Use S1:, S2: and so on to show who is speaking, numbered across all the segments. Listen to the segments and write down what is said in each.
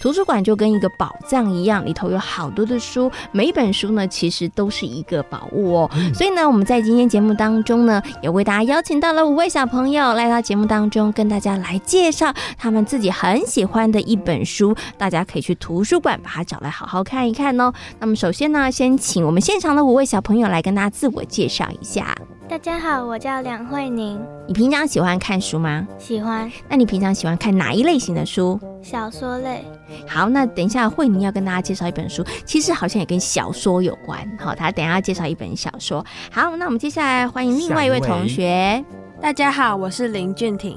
S1: 图书馆就跟一个宝藏一样，里头有好多的书，每一本书呢其实都是一个宝物哦。所以呢，我们在今天节目当中呢，也为大家邀请到了五位小朋友来到节目当中，跟大家来介绍他们自己很喜欢的一本书，大家可以去图书馆把它找来好好看一看哦。那么首先呢，先请我们现场的五位小朋友来跟大家自我介绍一下。
S2: 大家好，我叫梁慧宁，
S1: 你平常喜欢看书吗？
S2: 喜欢
S1: 那你平常喜欢看哪一类型的书？
S2: 小说类。
S1: 好，那等一下慧宁要跟大家介绍一本书，其实好像也跟小说有关。好，她等一下要介绍一本小说。好，那我们接下来欢迎另外一位同学
S3: 大家好，我是林俊廷，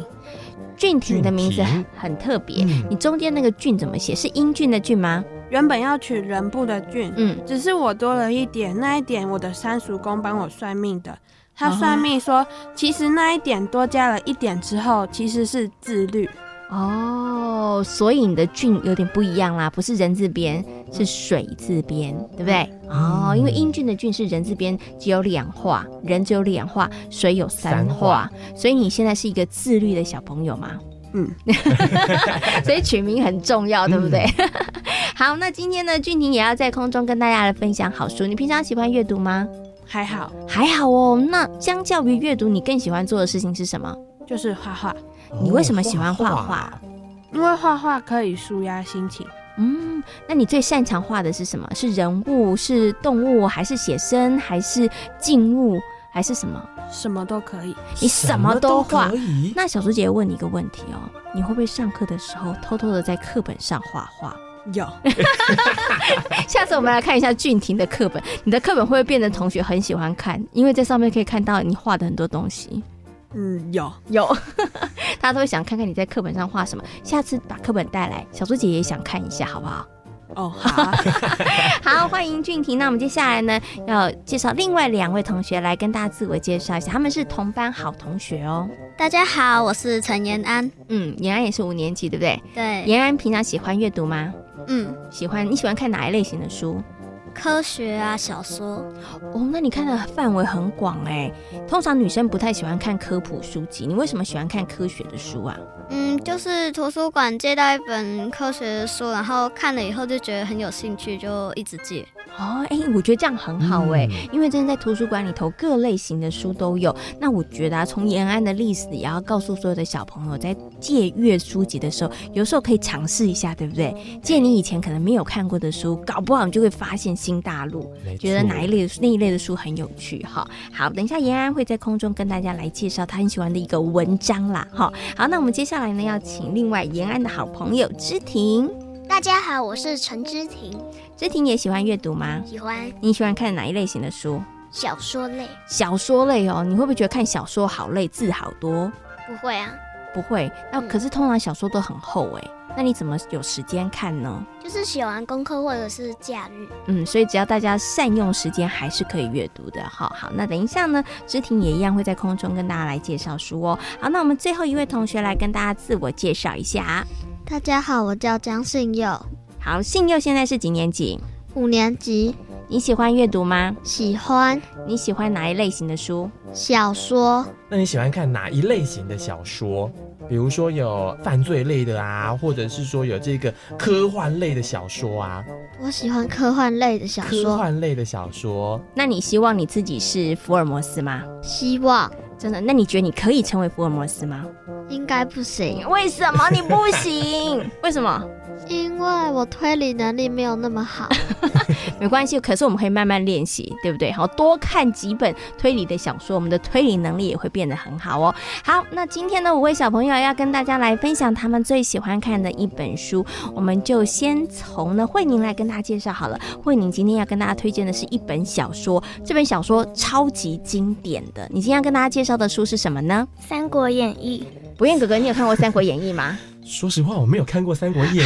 S1: 俊廷的名字
S4: 俊廷
S1: 很特别，
S4: 嗯
S1: 你中间那个俊怎么写？是英俊的俊吗？
S3: 原本要取人部的俊，
S1: 嗯，
S3: 只是我多了一点，那一点我的三叔公帮我算命的，他算命说，其实那一点多加了一点之后，其实是自律。
S1: 哦，所以你的俊有点不一样啦，不是人字边，是水字边，对不对？
S4: 嗯
S1: 哦，因为英俊的俊是人字边，只有两画，人只有两画，水有三
S4: 三
S1: 画
S4: 画，
S1: 所以你现在是一个自律的小朋友吗？
S3: 嗯，
S1: 所以取名很重要，对不对？ 好，那今天呢，俊婷也要在空中跟大家来分享好书。你平常喜欢阅读吗？
S3: 还好，
S1: 还好哦。那相较于阅读，你更喜欢做的事情是什么？
S3: 就是画画，
S1: 你为什么喜欢画
S4: 哦
S1: 画？
S3: 因为画画可以舒压心情，
S1: 嗯，那你最擅长画的是什么？是人物，是动物，还是写生，还是静物，还是什么？
S3: 什么都可以。
S1: 你什么都画
S4: 可。以。
S1: 那小猪姐姐问你一个问题哦，你会不会上课的时候偷偷的在课本上画画？
S3: 有，
S1: 下次我们来看一下俊廷的课本，你的课本会不会变成同学很喜欢看？因为在上面可以看到你画的很多东西，
S3: 嗯，有，
S1: 有， 大家都会想看看你在课本上画什么。下次把课本带来，小猪姐姐也想看一下，好不好？
S3: 哦，好啊、
S1: 好，欢迎俊廷。那我们接下来呢，要介绍另外两位同学来跟大家自我介绍一下，他们是同班好同学哦。
S2: 大家好，我是陈延安。
S1: 嗯，延安也是五年级，对不对？
S2: 对，
S1: 延安平常喜欢阅读吗？
S2: 嗯，
S1: 喜欢？你喜欢看哪一类型的书？
S2: 科学啊，小说。
S1: 哦，那你看的范围很广哎。通常女生不太喜欢看科普书籍，你为什么喜欢看科学的书啊？
S2: 嗯，就是图书馆借到一本科学的书，然后看了以后就觉得很有兴趣，就一直借。
S1: 哦，哎，我觉得这样很好哎、
S4: 嗯
S1: 因为真的在图书馆里头各类型的书都有。那我觉得啊，从延安的历史也要告诉所有的小朋友，在借阅书籍的时候，有时候可以尝试一下，对不对？借你以前可能没有看过的书，搞不好你就会发现新大陆，
S4: 嗯没
S1: 觉得
S4: 错
S1: 哪一类的书那一类的书很有趣哈。好，等一下延安会在空中跟大家来介绍他很喜欢的一个文章啦哈。好，那我们接下来呢，要请另外延安的好朋友知婷，
S2: 大家好，我是陈之婷，
S1: 知婷也喜欢阅读吗？
S2: 喜欢
S1: 你喜欢看哪一类型的书？
S2: 小说类。
S1: 小说类哦，你会不会觉得看小说好累，字好多？
S2: 不会啊，
S1: 不会，那
S2: 嗯
S1: 可是通常小说都很厚哎，那你怎么有时间看呢？
S2: 就是写完功课或者是假日。
S1: 嗯，所以只要大家善用时间，还是可以阅读的哈。好，那等一下呢，知婷也一样会在空中跟大家来介绍书哦。好，那我们最后一位同学来跟大家自我介绍一下。啊
S2: 大家好，我叫张信佑，
S1: 好，信佑现在是几年级？
S2: 五年级，
S1: 你喜欢阅读吗？
S2: 喜欢
S1: 你喜欢哪一类型的书？
S2: 小说。
S4: 那你喜欢看哪一类型的小说？比如说有犯罪类的啊，或者是说有这个科幻类的小说啊，
S2: 我喜欢科幻类的小
S4: 科，幻类的小说，
S1: 那你希望你自己是福尔摩斯吗？
S2: 希望
S1: 真的？那你觉得你可以成为福尔摩斯吗？
S2: 应该不行，
S1: 为什么你不行？ 为什么？
S2: 因为我推理能力没有那么好。
S1: 没关系，可是我们可以慢慢练习，对不对？好，多看几本推理的小说，我们的推理能力也会变得很好哦。好，那今天呢，五位小朋友要跟大家来分享他们最喜欢看的一本书，我们就先从呢慧宁来跟大家介绍好了。慧宁今天要跟大家推荐的是一本小说，这本小说超级经典的。你今天要跟大家介绍的书是什么呢？
S2: 《三国演义
S1: 不厌哥哥，你有看过《三国演义》吗？
S4: 说实话，我没有看过《三国演义》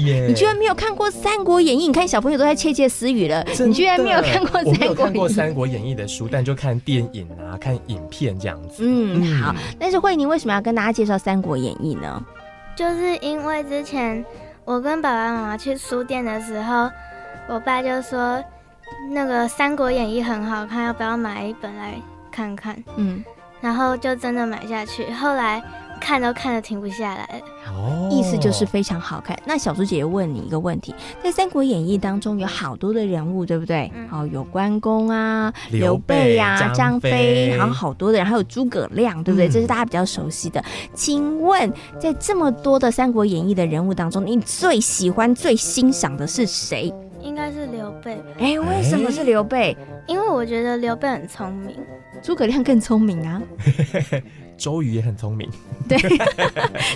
S4: 耶。
S1: 啊你居然没有看过《三国演义》？你看小朋友都在窃窃私语了，
S4: 真的
S1: 你居然没有看过《
S4: 我没有
S1: 三国演
S4: 看过《
S1: 义》？
S4: 三国演义》的书，但就看电影啊，看影片这样子。
S1: 嗯，好
S4: 嗯。
S1: 但是慧宁为什么要跟大家介绍《三国演义》呢？
S5: 就是因为之前我跟爸爸妈妈去书店的时候，我爸就说那个《三国演义》很好看，要不要买一本来看看？
S1: 嗯，
S5: 然后就真的买下去，后来看都看的停不下来了。
S4: 哦
S1: 意思就是非常好看。那小猪姐姐问你一个问题，在《三国演义》当中有好多的人物，对不对？
S5: 嗯
S1: 哦，有关公啊，
S4: 刘
S1: 刘
S4: 备
S1: 备呀、
S4: 张
S1: 张
S4: 飞
S1: 飞，好像好多的人，还有诸葛亮，对不对？
S4: 嗯
S1: 这是大家比较熟悉的。请问，在这么多的《三国演义》的人物当中，你最喜欢、最欣赏的是谁？
S5: 应该是刘备吧，
S1: 哎，为什么是刘备？
S5: 因为我觉得刘备很聪明。
S4: 哎
S1: 诸葛亮更聪明啊！
S4: 周瑜也很聪明，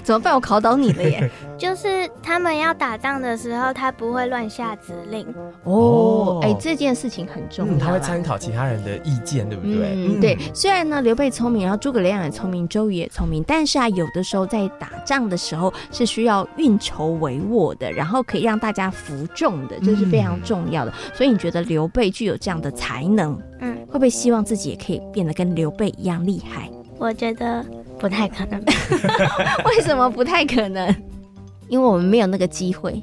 S1: 怎么办？我考倒你了 耶！
S5: 就是他们要打仗的时候，他不会乱下指令。
S4: 哦
S1: 哦，哎，这件事情很重要
S4: 嗯，
S1: 啦。
S4: 他会参考其他人的意见，对不对？
S1: 嗯，对。虽然呢，刘备聪明，然后诸葛亮也聪明，周瑜也聪明，但是啊，有的时候在打仗的时候是需要运筹帷幄的，然后可以让大家服众
S4: 嗯
S1: 的，这是非常重要的。所以你觉得刘备具有这样的才能，
S5: 嗯
S1: 会不会希望自己也可以变得跟刘备一样厉害？
S5: 我觉得不太可能。
S1: 为什么不太可 能？因为我们没有那个机会，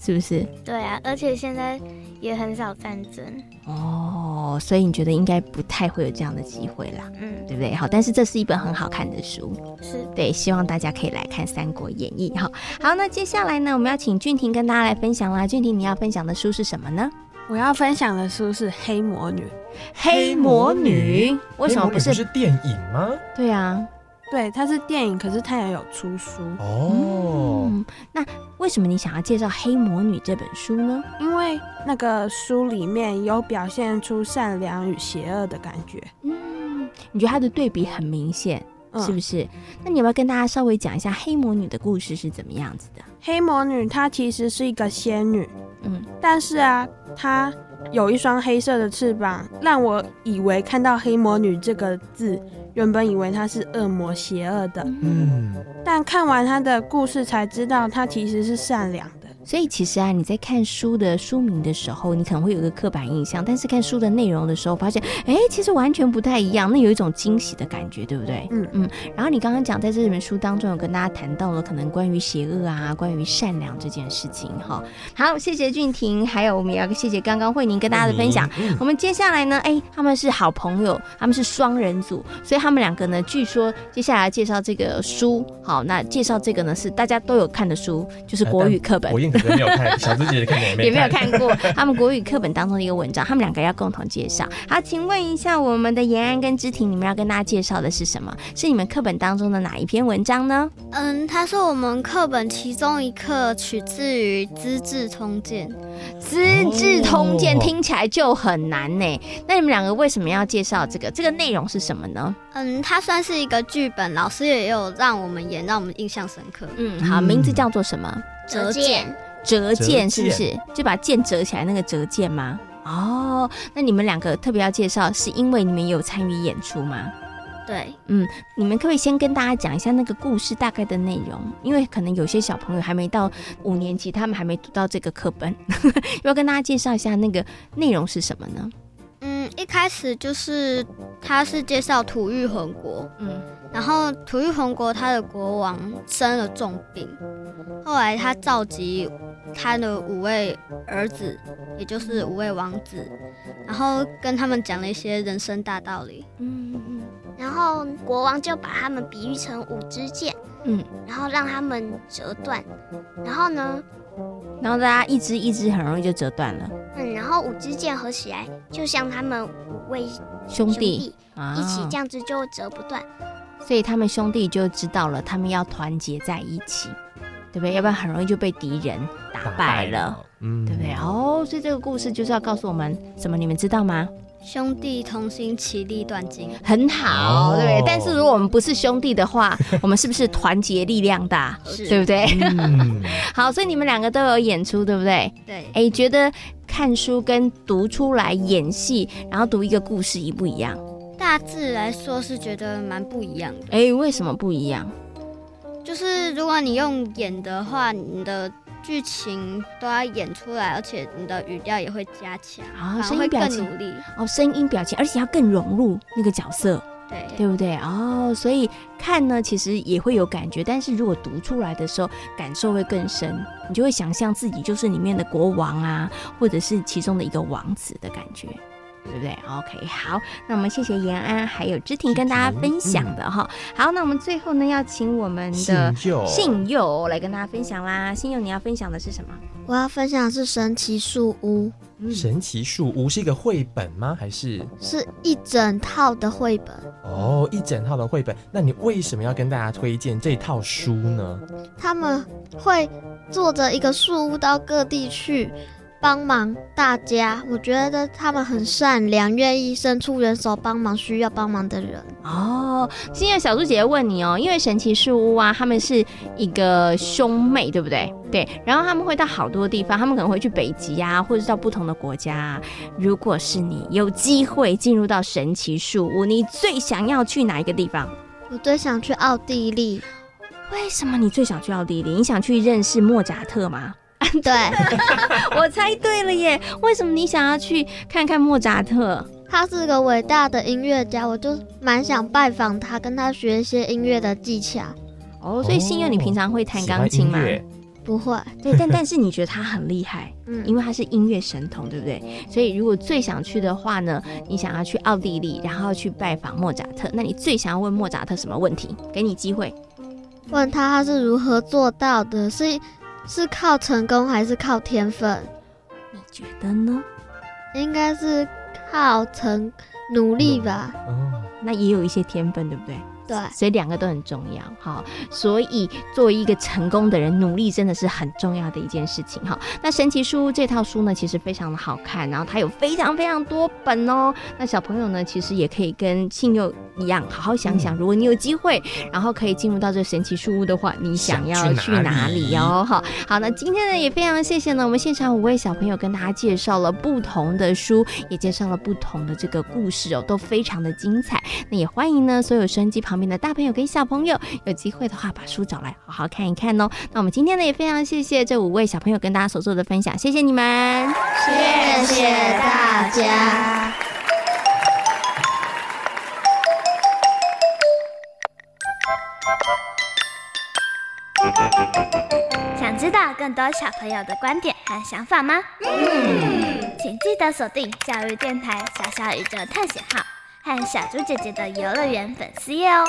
S1: 是不是？
S5: 对啊，而且现在也很少战争。
S1: 哦，所以你觉得应该不太会有这样的机会啦，
S5: 嗯，
S1: 对不对？好，但是这是一本很好看的书。
S5: 是。
S1: 对，希望大家可以来看《三国演义》哈。好，那接下来呢，我们要请俊廷跟大家来分享啦。俊廷，你要分享的书是什么呢？
S3: 我要分享的书是《黑魔女》，
S4: 黑魔女
S1: 为什么
S4: 黑魔女
S1: 不
S4: 不
S1: 是？
S4: 是电影吗？
S1: 对啊，
S3: 对，它是电影，可是它也有出书。
S4: 哦，
S1: 嗯，那为什么你想要介绍《黑魔女》这本书呢？
S3: 因为那个书里面有表现出善良与邪恶的感觉，
S1: 嗯，你觉得它的对比很明显，
S3: 嗯、
S1: 是不是？那你要不要跟大家稍微讲一下黑魔女的故事是怎么样子的？
S3: 黑魔女她其实是一个仙女，
S1: 嗯，
S3: 但是啊，她有一双黑色的翅膀，让我以为看到“黑魔女”这个字，原本以为她是恶魔、邪恶的，
S4: 嗯，
S3: 但看完她的故事才知道，她其实是善良的。
S1: 所以其实啊，你在看书的书名的时候，你可能会有一个刻板印象，但是看书的内容的时候，发现哎，其实完全不太一样，那有一种惊喜的感觉，对不对？
S3: 嗯
S1: 嗯。然后你刚刚讲，在这本书当中有跟大家谈到了可能关于邪恶啊，关于善良这件事情哈。好，谢谢俊廷，还有我们也要谢谢刚刚慧宁跟大家的分享。
S4: 嗯
S1: 我们接下来呢，哎，他们是好朋友，他们是双人组，所以他们两个呢，据说接下来介绍这个书，好，那介绍这个呢是大家都有看的书，就是国语课本
S4: 我。应可能没有看，小猪姐姐可能也没
S1: 也没有。看过他们国语课本当中的一个文章，他们两个要共同介绍。好，请问一下我们的延安跟知婷，你们要跟大家介绍的是什么？是你们课本当中的哪一篇文章呢？
S2: 嗯，它是我们课本其中一课，取自于《资治通鉴》。
S1: 《资治通鉴》
S4: 哦
S1: 听起来就很难呢。那你们两个为什么要介绍这个？这个内容是什么呢？
S2: 嗯，它算是一个剧本，老师也有让我们演，让我们印象深刻。
S1: 嗯，好，名字叫做什么？
S6: 折
S2: 剑，
S1: 折
S4: 折
S1: 剑
S4: 剑
S1: 是不是？就把剑折起来那个折剑吗？哦，那你们两个特别要介绍，是因为你们有参与演出吗？
S2: 对，
S1: 嗯，你们可不可以先跟大家讲一下那个故事大概的内容？因为可能有些小朋友还没到五年级，他们还没读到这个课本， 要不要跟大家介绍一下那个内容是什么呢？
S2: 嗯，一开始就是它是介绍吐谷浑国，
S1: 嗯，
S2: 然后吐谷浑国他的国王生了重病，后来他召集他的五位儿子，也就是五位王子，然后跟他们讲了一些人生大道理。
S6: 然后国王就把他们比喻成五支箭，
S1: 嗯，
S6: 然后让他们折断，然后呢，
S1: 然后大家一支一支很容易就折断了，
S6: 嗯，然后五支箭合起来，就像他们五位
S1: 兄
S6: 兄
S1: 弟
S6: 弟
S1: 啊
S6: 一起，这样子就折不断。
S1: 所以他们兄弟就知道了，他们要团结在一起，对不
S6: 嗯
S1: 对？要不然很容易就被敌人打败了，，
S4: 嗯
S1: 对不对？哦，所以这个故事就是要告诉我们什么？你们知道吗？
S2: 兄弟同心，其利断金。
S1: 很好，
S4: 哦
S1: 对不对？但是如果我们不是兄弟的话，我们是不是团结力 量大？
S2: 是
S1: 对不对？
S4: 嗯，
S1: 好，所以你们两个都有演出，对不对？
S2: 对，
S1: 哎，觉得看书跟读出来演戏，然后读一个故事一不一样？
S2: 大致来说是觉得蛮不一样的。
S1: 哎，为什么不一样？
S2: 就是如果你用演的话，你的剧情都要演出来，而且你的语调也会加强，
S1: 啊
S2: 反而
S1: 声音
S2: 会
S1: 表
S2: 更
S1: 情
S2: 努力。
S1: 哦，声音、表情，而且要更融入那个角色，
S2: 对，
S1: 对不对？哦，所以看呢，其实也会有感觉，但是如果读出来的时候，感受会更深，你就会想象自己就是里面的国王啊，或者是其中的一个王子的感觉。对不对？OK，好，那我们谢谢延安还有知婷跟大家分享的哈。好，那我们最后呢，要请我们的
S4: 嗯信佑，
S1: 信佑来跟大家分享啦。信佑，你要分享的是什么？
S7: 我要分享的是神奇树屋，
S1: 嗯
S4: 神奇树屋是一个绘本吗？还是
S7: 是一整套的绘本，
S4: 哦一整套的绘本？那你为什么要跟大家推荐这套书呢？
S7: 他们会坐着一个树屋到各地去。帮忙大家，我觉得他们很善良，愿意伸出援手帮忙需要帮忙的人。
S1: 哦，现在小猪姐姐问你哦，因为神奇树屋啊，他们是一个兄妹，对不对？对，然后他们会到好多地方，他们可能会去北极啊，或者是到不同的国家、啊。如果是你有机会进入到神奇树屋，你最想要去哪一个地方？
S7: 我最想去奥地 利，
S1: 为什么你最想去奥地利？你想去认识莫扎特吗？
S7: 对，
S1: 我猜对了耶！为什么你想要去看看莫扎特？
S7: 他是个伟大的音乐家，我就蛮想拜访他，跟他学一些音乐的技巧。
S1: 哦，所以心愿你平常会弹钢琴吗
S4: 喜？欢音乐
S7: 不会，
S1: 对，但 但是你觉得他很厉害。因
S7: 嗯，
S1: 为他是音乐神童，对不对？所以如果最想去的话呢，你想要去奥地利，然后去拜访莫扎特，那你最想要问莫扎特什么问题？给你机会，
S7: 问他他是如何做到的，是是靠成功还是靠天分？
S1: 你觉得呢？
S7: 应该是靠成努力吧。
S4: 哦，
S1: 那也有一些天分，对不对？
S7: 对，
S1: 所以两个都很重要哈。所以作为一个成功的人，努力真的是很重要的一件事情哈。那神奇书屋这套书呢，其实非常的好看，然后它有非常非常多本哦。那小朋友呢，其实也可以跟信佑一样，好好想想，如果你有机会，然后可以进入到这神奇书屋的话，你想要
S4: 想
S1: 去
S4: 去
S1: 哪
S4: 哪
S1: 里
S4: 里
S1: 哦？哈，好，那今天呢也非常谢谢呢，我们现场五位小朋友跟大家介绍了不同的书，也介绍了不同的这个故事哦，都非常的精彩。那也欢迎呢所有收音机旁边的大朋友跟小朋友，有机会的话把书找来好好看一看哦。那我们今天呢也非常谢谢这五位小朋友跟大家所做的分享，谢谢你们。
S7: 谢谢大家。
S5: 想知道更多小朋友的观点和想法吗？请记得锁定教育电台《小小宇宙探险号》和小猪姐姐的游乐园粉丝页哦。